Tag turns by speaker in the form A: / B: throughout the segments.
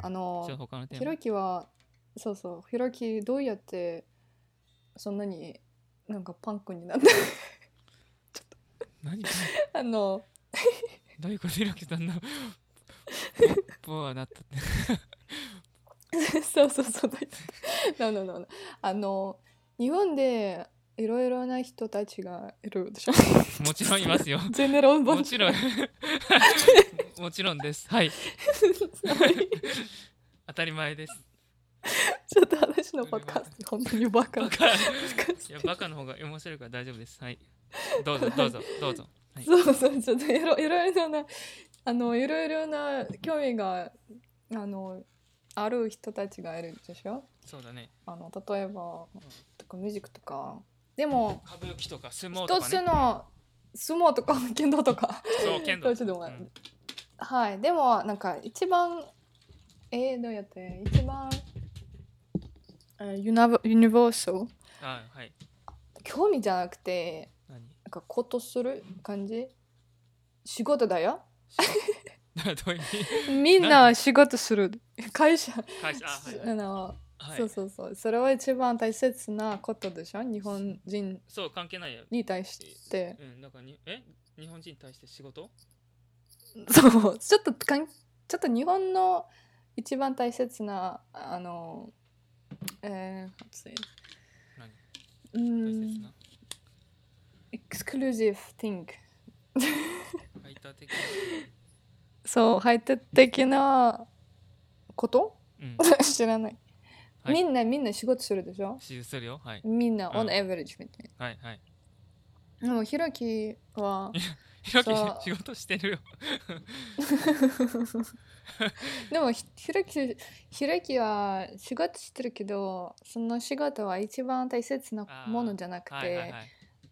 A: 他のテ
B: ひ
A: ーマ
B: ろきはそうそうひろきどうやってそんなになんかパンクになった
A: 何
B: あの
A: どういうことひろきさん のポはなったって
B: そうそうそう。なのなの。あの日本でいろいろな人たちがいるでしょ。
A: もちろんいますよ
B: ゼネロンバン
A: も ちろん もちろんですはい当たり前です
B: ちょっと話のポッドキャスト本当にバカ
A: バ
B: な。
A: カい
B: い
A: やバカの方が面白いから大丈夫ですはいどうぞどうぞどうぞはい
B: そうそうちょっといろいろいろなあのいろいろな興味があのある人たちがいるでしょ。
A: そうだね
B: あの例えばとかミュージックとか。でも
A: 歌舞伎とか相撲と
B: 一
A: か
B: つ
A: ね
B: の相撲とか剣道とか。
A: そう剣道
B: ちょっとごめん
A: うん
B: はい、でもなんか一番えー、どうやって一番えーユナユニバーサル
A: あはい
B: 興味じゃなくて
A: 何
B: なんかことする感じ仕事だよ
A: どうい う
B: みんな仕事する会社
A: 会社あはい
B: あの、
A: はい
B: そうそうそうそれは一番大切なことでしょ日本人
A: そう関係ないよ
B: に対して
A: うんなんかにえ日本人に対して仕事
B: そうちょっとかんちょっと日本の一番大切なあのえー、let's see
A: 何
B: う
A: 大
B: ー
A: 切
B: ん
A: な
B: エクスクルーシブ think
A: ファイター的
B: そう排他的なこと
A: なうん
B: 知らない、
A: はい
B: みんなみんな仕事するでしょ
A: 手術するよはい
B: みんな
A: うん
B: on average みたい
A: はいはい
B: なでもひろきは
A: ひろき
B: そう
A: 仕事してるよ
B: でもひひろきひろきは仕事してるけどその仕事は一番大切なものじゃなくて、
A: はいはいはい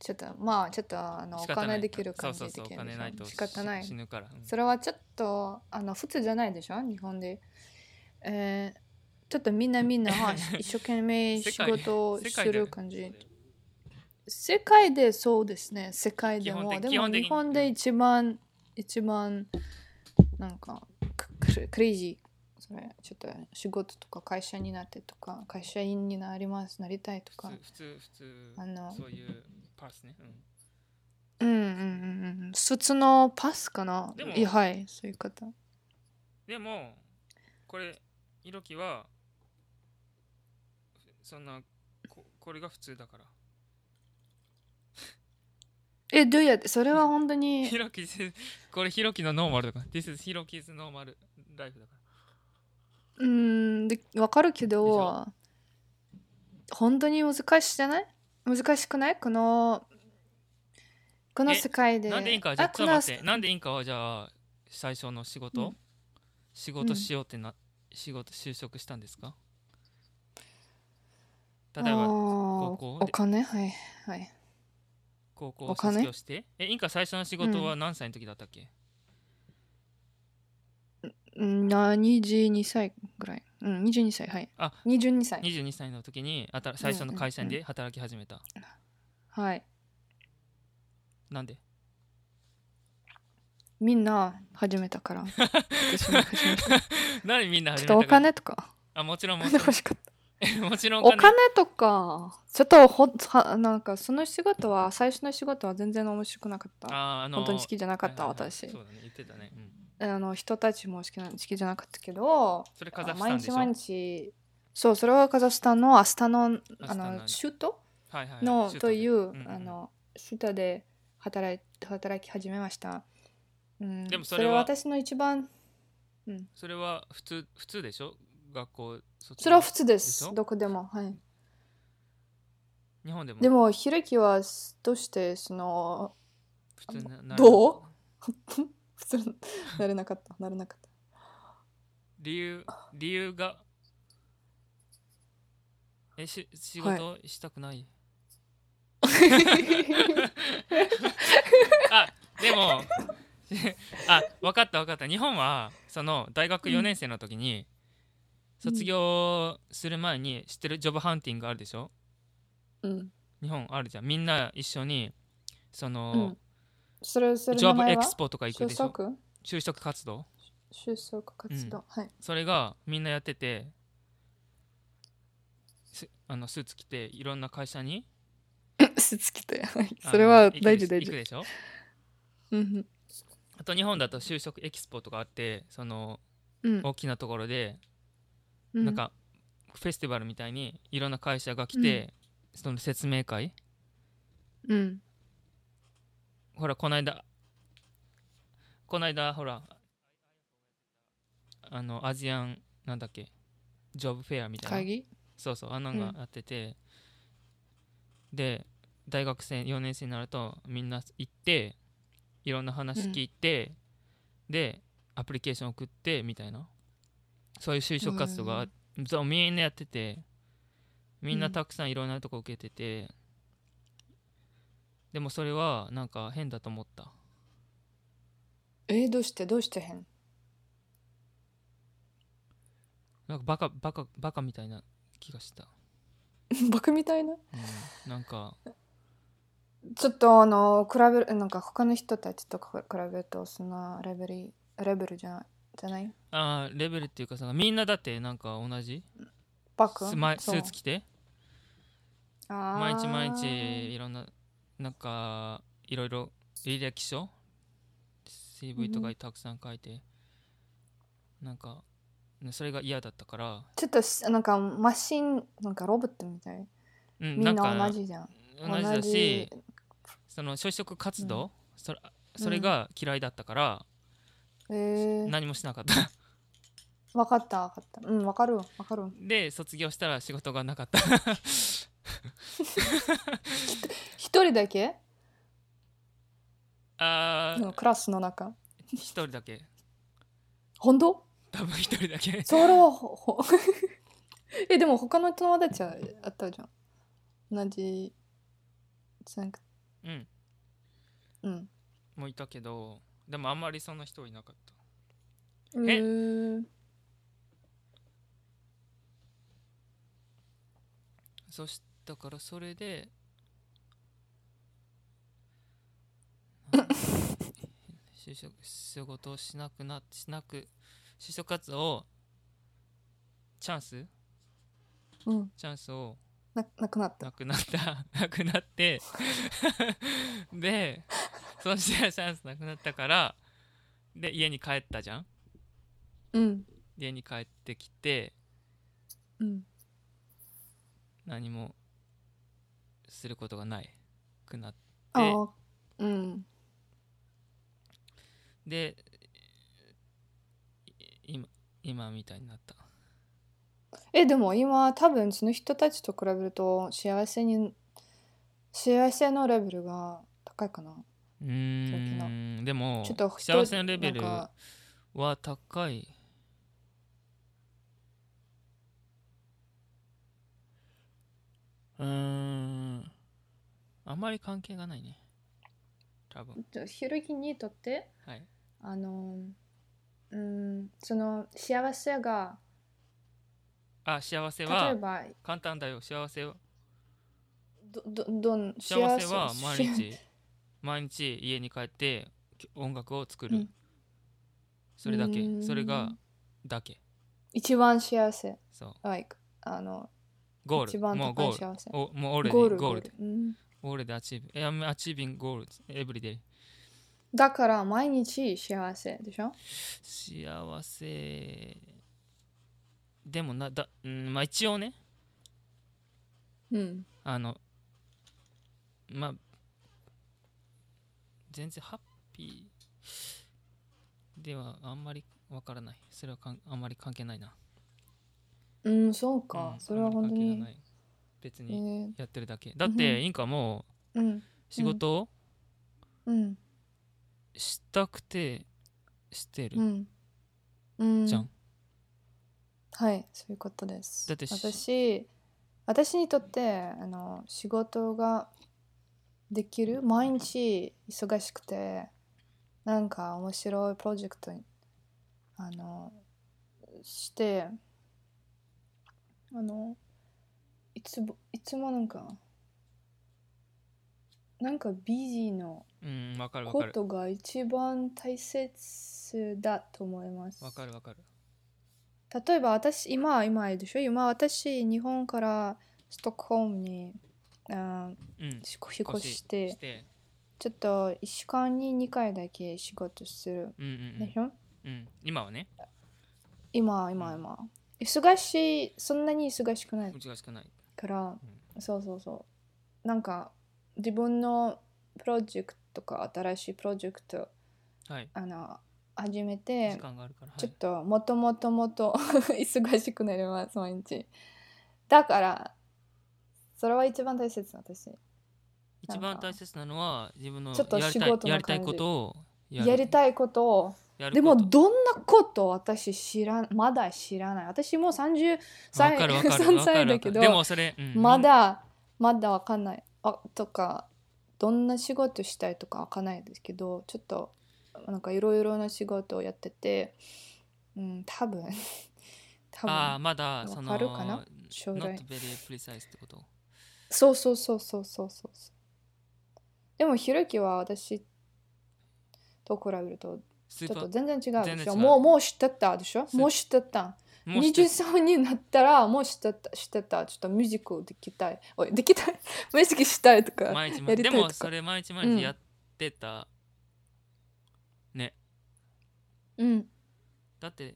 B: ちょっとまあちょっとあのお
A: 仕方な
B: 金
A: い
B: できる感じ
A: そ
B: で
A: う
B: きる
A: そ
B: でし
A: うそうお金ない
B: ょ
A: と
B: 仕方ない
A: 死ぬからうん
B: それはちょっとあの普通じゃないでしょ日本で、えーちょっとみんなみんな あ一生懸命
A: 世
B: 仕
A: 界
B: 事を
A: 世
B: す
A: 界で
B: る感じ世界でそうですね世界で
A: 基本
B: も
A: 的
B: で
A: 基
B: も
A: 本的に
B: 日本で一番一番なんかクククレイジーそれちょっと仕事とか会社になってとか会社員になりますなりたいとか
A: 普通普通
B: あの
A: そういうパスねうん
B: うんうんうんうん卒のパスかな
A: でも
B: いやはいそういう方
A: でもこれいろきはそんなここれが普通だから
B: えどうやってそれは本当 に
A: ひろきせこれひろきのノーマルだから This is ひろき 's normal life だか
B: うーんでわかるけ
A: でし
B: ど
A: ょ
B: 本当に難しいじゃない難しくないこのこの
A: え
B: 世界で
A: らなんでいいんかじゃ
B: あ
A: あちょっと待
B: こ
A: っ
B: の
A: てなんでいいんかはじゃあ最初の仕事、
B: うん
A: 仕事しようってな、仕事就職したんですか例え
B: あー
A: ば高校で
B: お金はいはい
A: 高校
B: お
A: を
B: 金
A: 卒業してえインカ最初の仕事は何歳の時だったっけ、
B: うんな22歳ぐらいうん22歳はい
A: あ
B: 22歳
A: 22歳の時にあた最初の会社で働き始めた、
B: はい
A: な んで
B: みんな始めたから私も始 めた
A: 何みんな
B: ちょっ
A: 始め
B: とお
A: たか
B: 金とか
A: あも ちろんもちろ
B: 欲しかった
A: んもちろん
B: お金とかちょっとほんはなんかその仕事は最初の仕事は全然面白くなかった
A: あーあの
B: 本当に好きじゃなかった
A: はいはいはい
B: 私
A: そうだね言ってたね、うん、
B: あの人たちも好きな好きじゃなかったけど
A: それカザフスタ
B: 毎
A: ンでし
B: 日
A: ょ
B: 毎日そうそれはカザフスタンのアスタの
A: ア
B: あ
A: スタ
B: の
A: の
B: 州都
A: はいはい
B: の
A: シュート
B: と
A: ね
B: いう、
A: んうん
B: あの州都で働い働き始めました、うん、
A: でも
B: そ
A: そ
B: れ
A: れは
B: は私の一番
A: それは普通普通でしょ学校卒業
B: それは普通で
A: でし
B: す
A: ょ
B: どこでもはい
A: 日本でも
B: でもひろきはどうしてその
A: 普通なな
B: どう普通になれなかったなれな かった
A: 理由理由がえし仕事したくない、あでも あ分かった分かった日本はその大学4年生の時に、
B: うん
A: 卒業する前に知ってるジョブハンティングあるでしょ
B: うん、
A: 日本あるじゃんみんな一緒にそうの
B: ん、、それそれ
A: ジ
B: 名
A: ョブ
B: 前
A: エ
B: は
A: クスポとか行く
B: 就
A: でしょ
B: 職
A: 就職活動
B: 収束活動、 はい
A: それがみんなやっててすあのスーツ着ていろんな会社に
B: スーツ着てはい
A: あの
B: それは
A: 行くでし
B: 大事大
A: 行く
B: 事
A: でしょ
B: うん
A: あと日本だと就職エキスポとかあってその
B: うん
A: 大きなところで
B: う
A: なんかフェスティバルみたいにいろんな会社が来て、その説明会
B: うん
A: ほらこの間この間ほらあのアジアンなんだっけジョブフェアみたいな
B: 会議
A: そうそうあんなんが
B: うん
A: あってて、で大学生4年生になるとみんな行っていろんな話聞いて、でアプリケーション送ってみたいなそういう就職活動が、そうみんなやっててみんなたくさんいろんなとこ受けてて、でもそれはなんか変だと思った
B: えーどうしてどうして変
A: なんかバカバカバカみたいな気がした、
B: バカみたいな
A: うん、なんか
B: ちょっとあの比べるなんか他の人たちとか比べるとそのレベルレベルじゃじゃない
A: あーレベルっていうかさみんなだってなんか同じ
B: バカ
A: スマス
B: そう
A: ーツ着て
B: あー
A: 毎日毎日いろんななんかいろいろ履歴書 CV とかにたくさん書いて、なんかねそれが嫌だったから、
B: ちょっとしなんかマシンなんかロボットみたい
A: うん、
B: みん
A: か
B: な同じじゃん
A: 同じだしその就職活動、それそれが嫌いだったから、
B: えー、
A: 何もしなかった
B: 分かった分かったうん分かるわ分かるわ
A: で卒業したら仕事がなかった
B: 一人だけ
A: あー
B: うんクラスの中
A: 一人だけ
B: 本当
A: 多分一人だけ
B: それはほほ えでも他の友達はあったじゃん同じつなぐ
A: うん
B: うん
A: もういたけどでもあんまりそんな人いなかった
B: えー
A: そしだからそれで就職仕事をしなくなしなく就職活動をチャンス
B: うん
A: チャンスを
B: ななくなった
A: なくなった なくなってでそしたらチャンスなくなったからで家に帰ったじゃん
B: うん
A: 家に帰ってきて
B: うん
A: 何もすることがないくなって
B: あーうん
A: でい今今みたいになった
B: えでも今多分その人たちと比べると幸せに幸せのレベルが高いかな
A: うーんでも
B: ちょっと人
A: 幸せのレベル
B: なんか
A: は高いうーんあまり関係がないね多分
B: ひろきにとって
A: はい
B: あのうんその幸せが
A: あ幸せ
B: 例え
A: は
B: ば
A: 簡単だよ幸せは
B: どどどん
A: 幸せは毎日毎日家に帰ってき音楽を作る、
B: うん
A: それだけ
B: うん
A: それがだけ
B: 一番幸せ
A: そう
B: like あの
A: ゴール
B: 一番
A: もう
B: 高い
A: ゴール
B: 幸せ
A: おもうオール
B: ゴー
A: で
B: ル
A: ゴー
B: ゴー
A: ル
B: ルうん
A: オールでアチーブえ I'm achieving goals every day
B: だから毎日幸せでしょ
A: 幸せでもなだ、うん、まあ一応ね
B: うん
A: あのまあ全然ハッピーではあんまりわからないそれはかんあんまり関係ないな
B: うんそうか、
A: うん
B: それは本当
A: あん
B: に
A: まり関係がない別
B: え
A: に
B: ー
A: やってるだけだってインカも
B: うん
A: 仕事を
B: うん
A: したくてしてる、
B: うんうん
A: じゃん
B: はいそういうことです
A: だってし
B: 私私にとってあの仕事ができる毎日忙しくてなんか面白いプロジェクトにあのしてあのいつもいつもなんかなんかビジーの
A: うんわかるわ
B: こ
A: かる
B: とが一番大切スだと思います
A: わかるわかる
B: 例えば私今今いいでしょ今私日本からストックホームにあー
A: うん
B: し引っ越しして
A: して
B: ちょっと1週間に2回だけ仕事する
A: うんう
B: で
A: ん
B: しょ、
A: うん、うん、今はね
B: 今今今忙しいそんなに忙しくない
A: 難しくない
B: から、そうそうそうなんか自分のプロジェクトとか新しいプロジェクト
A: はい
B: あの始め
A: 時
B: て
A: 間があるから、は
B: ちょっ
A: い、
B: ともともともと 忙しくなります毎日だからそれは一番大切な私
A: 一番大切なのは自分の
B: ちょっと
A: やりた
B: 仕
A: い
B: 事の
A: やりたい
B: 感じ
A: ことをやる
B: やりたいことを
A: やる
B: で
A: こ
B: も
A: と
B: どんなことを私知らんまだ知らない私もう30歳
A: わかる わかる
B: 3
A: わか
B: 歳
A: るわ
B: だ
A: か
B: け
A: る
B: ど
A: でもそれ、うん
B: まだまだわかんないあとかどんな仕事したいとかわかんないですけどちょっとなんかいろいろな仕事をやっててうん多分多
A: ああ
B: 分
A: まだその
B: わかるかな将来
A: not very precise ってこと
B: そうそうそうそうそうそうそうでもひろきは私と比べるとち
A: スー
B: ょっ
A: パ
B: と
A: ー
B: 全然違う
A: 全
B: でし
A: 然違
B: ょ
A: う
B: もうもう知ってたでしょ
A: スー
B: もう知ってた
A: もうして
B: 23になったらもう知ってた知ってたちょっとミュージックをできたいおいできたい ミュージックしたいとか
A: 毎日
B: や
A: 毎日
B: りた
A: で
B: いとか
A: もそれ毎日毎日やってた、
B: うん
A: だって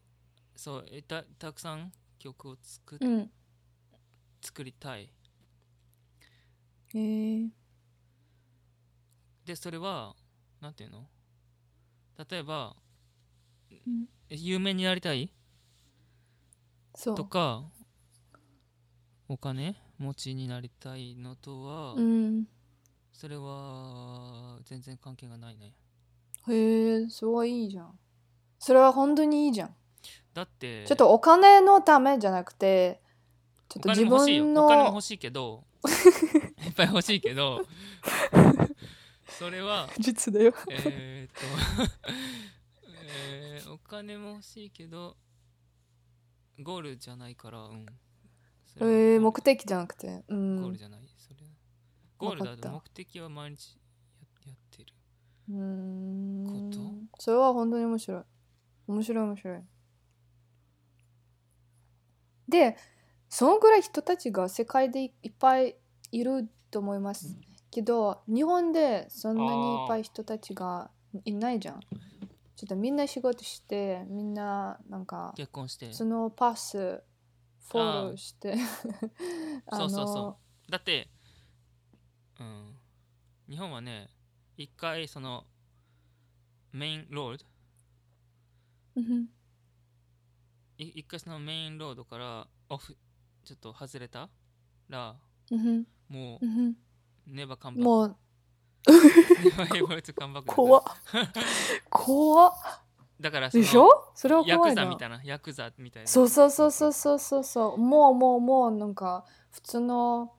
A: そうえたたくさん曲を作,、
B: うん
A: 作りたい
B: へえ
A: でそれはなんていうの例えば、
B: ん
A: 有名になりたい
B: そう
A: とかお金持ちになりたいのとは、
B: うん
A: それは全然関係がないね
B: へえすごいいいじゃんそれは本当にいいじゃん
A: だって
B: ちょっとお金のためじゃなくてちょ
A: お
B: っと自
A: 金も欲しいよ
B: 分
A: お金も
B: の
A: 欲しいけ どいっぱい欲しいけどそれは
B: 実だよ
A: えー、っと、 えーお金も欲しいけどゴールじゃないからうんそ
B: え
A: れ
B: ー、
A: は
B: 目的じゃなくてう
A: ゴール
B: ん
A: じゃないそれゴールだ
B: わか
A: と
B: った
A: 目的は毎日ややってる
B: うーん
A: こ
B: それは本当に面白い面白い面白いでそのぐらい人たちが世界でいっぱいいると思いますけど日本でそんなにいっぱい人たちがいないじゃんちょっとみんな仕事してみんななんか
A: 結婚して
B: そのパスフォローして あ
A: そうそう
B: の
A: そだって、うん、日本はね一回そのメインロード
B: うん
A: い一回そのメインロードからオフちょっと外れたら
B: うん
A: もう
B: うん
A: ネバカンバック
B: もう
A: ネバーエブルカンバック
B: 怖っ怖っ
A: だからその
B: でしょそれは
A: ヤ
B: 怖
A: ク
B: い
A: ザ
B: な
A: みたいなヤクザみたいな
B: そうそうそうそうそうそうそうもうもうもうなんか普通の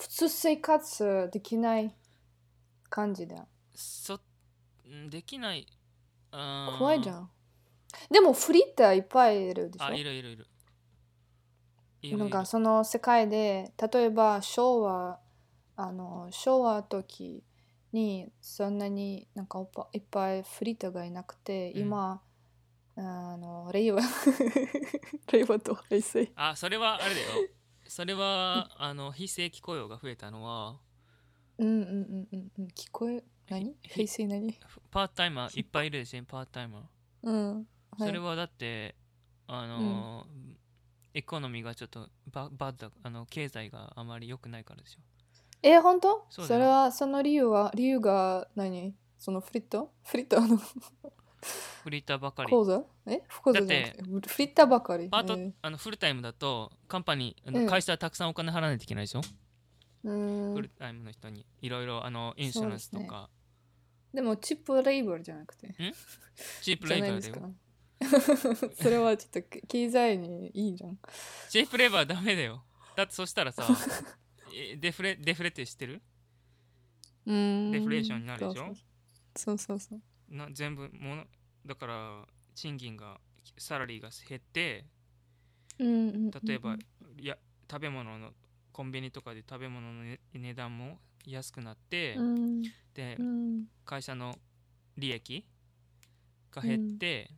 B: 普通生活できない感じだよ
A: そんできないあー
B: 怖いじゃんでもフリーターいっぱいいるでしょ
A: あいるいるいるいる
B: なん
A: い
B: か
A: る
B: その世界で例えば昭和あの昭和時にそんなになんかおっぱいっぱいフリーターがいなくて、
A: うん
B: 今あの令 和令和と平成
A: あそれはあれだよ それはあの非正規雇用が増えたのは
B: うんうんうんうんうん聞こえ何平成何
A: パートタイマーいっぱいいるでしょパートタイマー、
B: うん、はい、
A: それはだってあのー、エコノミーがちょっとババッだあの経済があまり良くないからでしょ
B: え本当
A: そ
B: そう
A: だよ
B: れはその理由は理由が何そのフリットフリットの
A: フリーターばかり
B: 講座え講座じゃなくてフリッターばかり
A: パート、
B: えー
A: あのフルタイムだとカンパニーあ
B: う
A: の
B: ん
A: 会社はたくさんお金払わないといけないでしょ、
B: う
A: フ
B: ー
A: ル
B: ん
A: タイムの人にいろいろあのインシュランスと
B: そう
A: か、
B: でもチップレイバーじゃなくて
A: チープ
B: じゃ
A: レー
B: な
A: バ
B: い
A: ー
B: で
A: だ
B: す
A: よ
B: かそれはちょっと経済にいいじゃん
A: チープレーバーダメだよだってそしたらさえデフレデフレって知ってる
B: うーん
A: デフレーションになるでしょ
B: そうそうそうそう
A: な全部ものだから賃金がサラリーが減って
B: そううんうんうん
A: 例えば、いや食べ物のコンビニとかで食べ物の、ね、値段も安くなって、
B: うん
A: で
B: うん
A: 会社の利益が減って、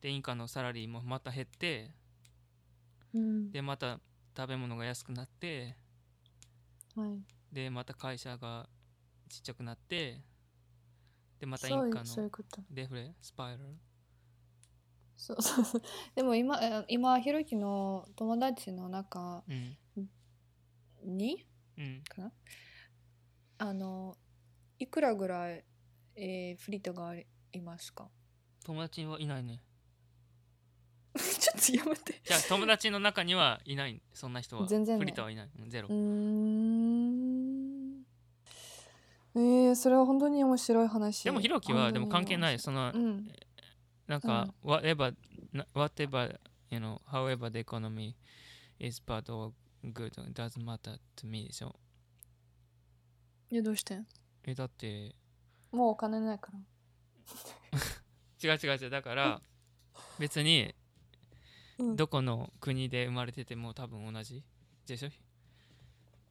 A: でインカのサラリーもまた減って
B: うん
A: でまた食べ物が安くなって
B: はい、
A: でまた会社がちっちゃくなってでまたイ
B: そ
A: ン
B: う
A: カ
B: そうい
A: の
B: うこと
A: デフレスパイラル
B: そうそうそうでも今え今ひろきの友達の中
A: うん
B: に
A: うん
B: かなあのいくらぐらい、えーフリートがありいますか
A: 友達はいないね
B: ちょっとやめて
A: じゃあ友達の中にはいないそんな人は
B: 全然ない
A: フリーターはいないうんゼロ
B: うーんえー、それは本当に面白い話
A: でもひろきはでも関係ないいその
B: うん
A: なんか、whatever na- whatever you know however the economy is bad or good it doesn't matter to me でしょ
B: いやどうしてん
A: えだって
B: もうお金ないから
A: 違う違う違うだから別に
B: うん
A: どこの国で生まれてても多分同じでしょ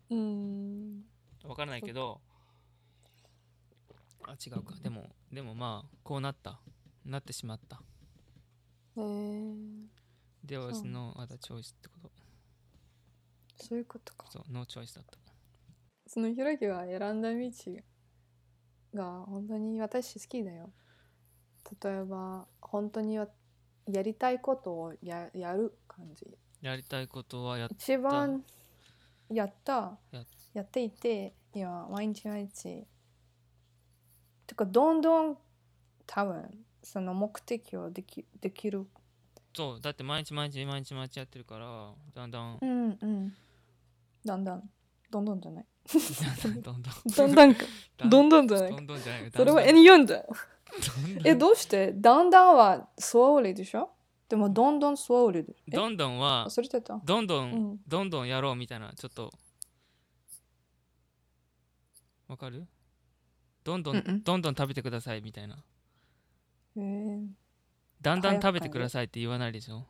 B: うーん
A: わからないけどあ違うかでもでもまあこうなったなってしまった
B: えー、
A: では
B: そう
A: そのあだチョイスってこと
B: そういうことか
A: そうノーチョイスだった
B: そのひろきが選んだ道が本当に私好きだよ例えば本当にややりたいことをややる感じ
A: やりたいことはやっ
B: 一番やった
A: やっ
B: やっていて今毎日毎日てかどんどん多分その目的をできできる
A: そうだって毎日毎日毎日毎日やってるからだんだん
B: うんうんだんだんどんどんじゃない
A: どんどん
B: だんだんかどん
A: ど
B: どんじゃない
A: どんどんじゃないよ
B: それは
A: だんだん
B: N4 だよ
A: どんど
B: え
A: ん
B: どうしてだんだんはスワウリでしょでもどんどんスワウリでえ
A: どんどんは
B: 忘れてた
A: どんど
B: うんん
A: どんどんやろうみたいなちょっとわかるどんど
B: うんうんん
A: どんどん食べてくださいみたいな
B: えー、
A: だんだん食べてくださいって言わないでしょ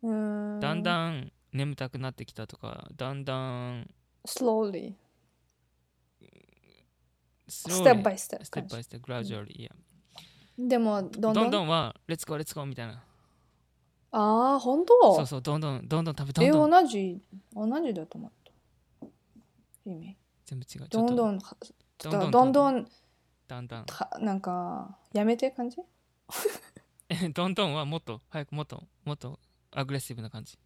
B: うーん
A: だん
B: ん
A: だん眠たくなってきたとかだんだん
B: slowly
A: ス
B: ステップバイステッ
A: ス
B: プ
A: テップバイステップ gradually いや
B: でもどんどん
A: どんどんはレッツゴーレッツゴーみたいな
B: ああ本当
A: そうそうどんどんどんどん食べど
B: え
A: んどん
B: 同じ同じだと思った意味
A: 全部違うちょ
B: ど
A: っと
B: んどんは
A: ど
B: だ
A: んどん
B: どんどん
A: だんだ ん
B: はなんかやめて感じ
A: えどんどんはもっと早くもっともっとアグレッシブな感じ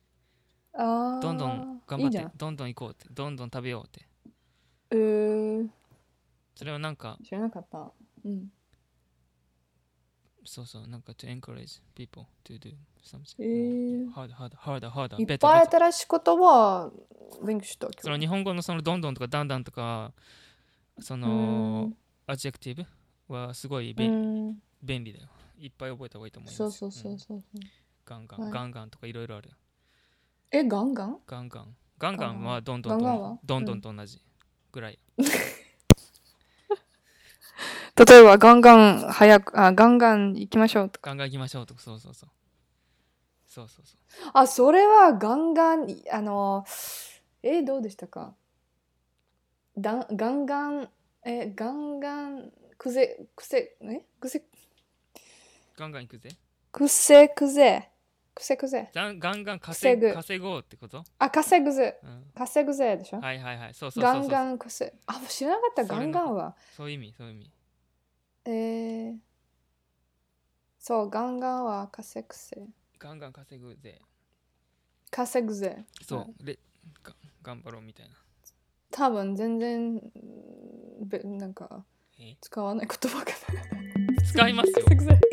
B: ああ
A: どんどん頑張
B: いい
A: っ
B: じ
A: て
B: ゃん
A: どんどん行こうってどんどん食べようって
B: えー、
A: それはなんか
B: 知らなかったうん
A: そうそうなんか to encourage people to do
B: え
A: something
B: ー、
A: hard hard hard hard
B: い
A: better
B: っぱい
A: better
B: 新しい言葉を勉強した
A: その日本語のそのどんどんとかだんだんとかそ
B: うん
A: のアジェクティブはすごい便
B: うん
A: 便利だよいっぱい覚えた方がいいと思います
B: そうそうそ
A: ん
B: うそう、う
A: ガンガ
B: は
A: ン
B: い
A: ガンガンとかいろいろあるよ
B: えガンガン
A: ガンガンガンガンはどんどん
B: ガンガン
A: と
B: は
A: どんどんと同じぐらい
B: 例えばガンガン早くあガンガン行きましょうと
A: ガンガン行きましょうとかそうそうそうそうそうそう
B: あそれはガンガンあのえどうでしたかだんガンガンえガンガンくぜくぜえくぜ
A: ガンガン行くぜ
B: くぜくぜくぜくぜ
A: ガンガンガン稼ぐ
B: 稼ぐ
A: 稼ごうってこと、
B: あ稼ぐぜ
A: うん、
B: 稼ぐぜでしょ
A: はいはいはいそうそうそう
B: ガ
A: そう
B: ンガンくぜあ知らなかった
A: そ
B: ガ
A: れの
B: ンガンは
A: そういう意味そういう意味
B: えー、そうガンガンは稼ぐぜ
A: ガンガン稼ぐぜ
B: 稼ぐぜ
A: そう、
B: う
A: でが頑張ろうみたいな
B: 多分全然べなんか
A: え
B: 使わない言葉かな
A: 使いますよ
B: 稼ぐぜ